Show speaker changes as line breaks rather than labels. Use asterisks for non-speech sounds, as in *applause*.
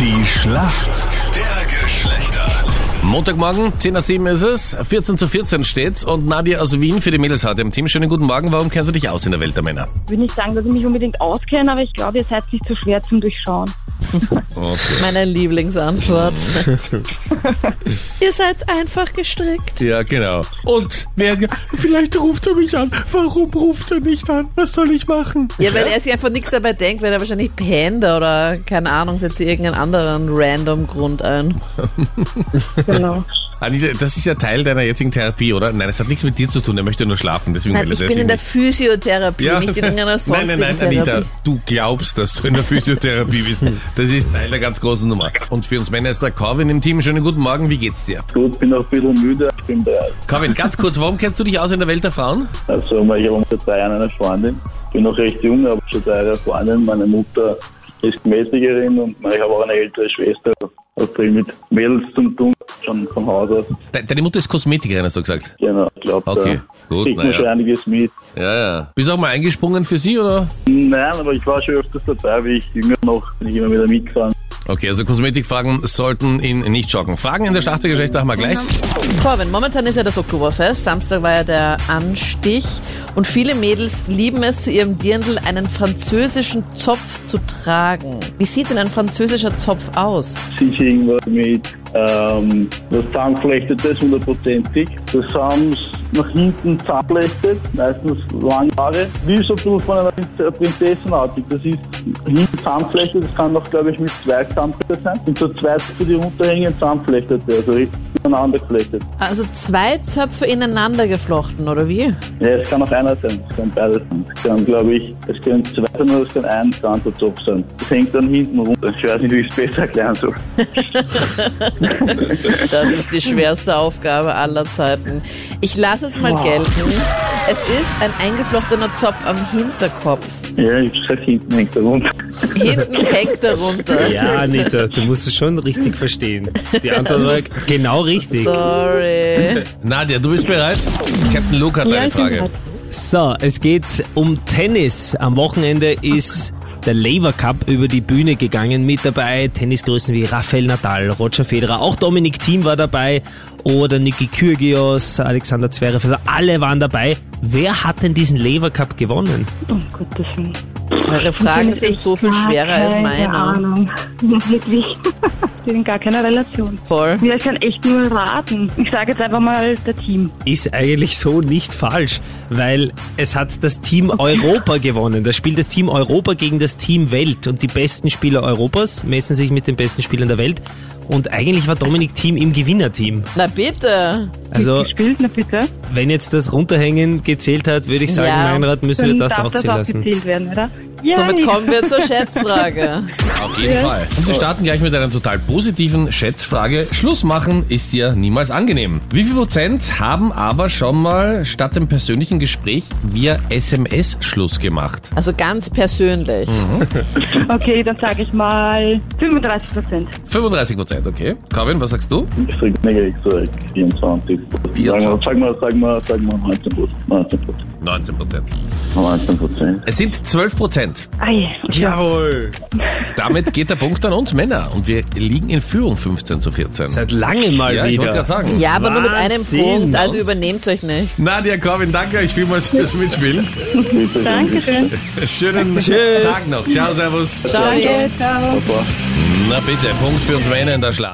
Die Schlacht der Geschlechter.
Montagmorgen, 10 nach 7 ist es, 14 zu 14 steht's und Nadia aus Wien für die Mädels heute im Team. Schönen guten Morgen, warum kennst du dich aus in der Welt der Männer?
Ich will nicht sagen, dass ich mich unbedingt auskenne, aber ich glaube, ihr seid nicht so schwer zum
*laughs*
Durchschauen.
*laughs*
Meine Lieblingsantwort. Ihr seid einfach gestrickt.
Ja, genau. Und wer,
Vielleicht ruft er mich an. Warum ruft er nicht an? Was soll ich machen?
Ja, weil er sich einfach nichts dabei denkt, weil er wahrscheinlich Panda oder keine Ahnung, setzt sich irgendeinen anderen random Grund ein.
Genau.
Anita, das ist ja Teil deiner jetzigen Therapie, oder? Nein, es hat nichts mit dir zu tun, er möchte nur schlafen, deswegen
Nein, ich
meldet er
bin
sich
in der
eh nicht.
Physiotherapie,
Ja.
nicht in irgendeiner sonstigen
Nein, nein, nein,
Therapie.
Anita, du glaubst, dass du in der Physiotherapie bist. Das ist Teil der ganz großen Nummer. Und für uns Männer ist der Corvin im Team. Schönen guten Morgen, wie geht's dir?
Gut, bin auch ein bisschen müde, ich bin bereit.
Corvin, ganz kurz, warum kennst du dich aus in der Welt der Frauen?
Also, ich habe seit drei Jahren eine Freundin. Bin noch recht jung, aber schon drei Jahre Freundin. Meine Mutter ist Mäßigerin und ich habe auch eine ältere Schwester. Hat viel mit Mädels zu tun, schon von Haus aus.
De Deine Mutter ist Kosmetikerin, hast du gesagt.
Genau, ich glaube,
Okay,
da
gut,
kriegt man
na ja.
schon einiges mit.
Ja, ja. Bist du auch mal eingesprungen für sie, oder?
Nein, aber ich war schon öfters dabei, wie ich jünger noch, bin ich immer wieder mitgefahren.
Okay, also Kosmetikfragen sollten ihn nicht schocken. Fragen in der Schlachtergeschichte haben wir gleich.
Genau.
Corbin, momentan ist ja das Oktoberfest. Samstag war ja der Anstich. Und viele Mädels lieben es, zu ihrem Dirndl einen französischen Zopf zu tragen. Wie sieht denn ein französischer Zopf aus?
Sicher irgendwas mit, ähm, das Zahnflechtet, das hundertprozentig. Das haben sie nach hinten zahnflechtet, meistens lange Haare. dus Wie so ein bisschen von einer Prinz- Prinzessenartig. Das ist hinten zahnflechtet, das kann doch, glaube ich, mit zwei zahnflechtet sein. Und zu zweit für die runterhängenden zahnflechtete, also richtig ineinander geflechtet.
Also zwei Zöpfe ineinander geflochten, oder wie?
Ja, es kann auch einer sein, es kann beides sein. Es kann, glaube ich, es können zwei sein oder es kann ein ganzer Zopf sein. Das hängt dann hinten runter. Ich weiß nicht, wie ich es besser erklären soll.
Das ist die schwerste Aufgabe aller Zeiten. Ich lasse es mal gelten. Es ist ein eingeflochtener Zopf am Hinterkopf.
Ja, ich sag hinten hängt er runter.
*laughs*
Hinten hängt er runter.
Ja, Anita, du musst es schon richtig verstehen. Die Antwort war genau richtig.
Sorry.
Nadja, du bist bereit? Captain Luke hat
Ja,
eine
ich bin
Frage.
bereit.
So, es geht um Tennis. Am Wochenende ist der Lever Cup über die Bühne gegangen. Mit dabei Tennisgrößen wie Rafael Nadal, Roger Federer, auch Dominik Thiem war dabei oder Niki Kyrgios, Alexander Zverev, also alle waren dabei. Wer hat denn diesen Lever Cup gewonnen?
Um Gottes Willen.
Eure Fragen
Ich bin
sind so viel
echt gar
schwerer als
keine
meine.
Ahnung. *laughs* Ja, wirklich. Die sind gar keine Relation.
Voll.
Ja, ich kann echt nur raten. Ich sage jetzt einfach mal der Team.
Ist eigentlich so nicht falsch, weil es hat das Team Europa gewonnen. Das spielt das Team Europa gegen das Team Welt und die besten Spieler Europas messen sich mit den besten Spielern der Welt. Und eigentlich war Dominik Thiem im Gewinnerteam.
Na bitte.
Also,
Gespielt, na bitte.
wenn jetzt das Runterhängen gezählt hat, würde ich sagen,
Ja.
Meinrad, müssen wir
Dann
das
darf
auch
das
zählen
auch
lassen.
gezählt werden, oder? Yay.
Somit kommen wir
*laughs*
zur Schätzfrage.
Auf jeden Fall. Und wir starten gleich mit einer total positiven Schätzfrage. Schluss machen ist dir niemals angenehm. Wie viel Prozent haben aber schon mal statt dem persönlichen Gespräch via SMS Schluss gemacht?
Also ganz persönlich.
Hm. Okay, dann sage ich mal 35 Prozent.
35 Prozent, okay. Corvin, was sagst du?
Ich krieg mir gleich zurück. 24. Sag mal, sag mal, sag mal 19 Prozent. 19 Prozent.
19 Prozent.
19 Prozent.
Es sind 12 Prozent.
Ei,
Jawohl.
Damit geht der Punkt an uns Männer. Und wir liegen in Führung 15 zu 14.
Seit langem mal
ja, ich wollte
wieder.
gerade sagen.
Ja, aber nur mit einem
Wahnsinn.
Punkt. Also übernehmt euch nicht.
Nadja, Corvin, danke euch vielmals *laughs* fürs Mitspielen.
*laughs*
Dankeschön.
Schönen
Tschüss.
Tag noch. Ciao, servus.
Ciao.
Danke, ciao.
Na bitte, Punkt für uns Männer in der Schlacht.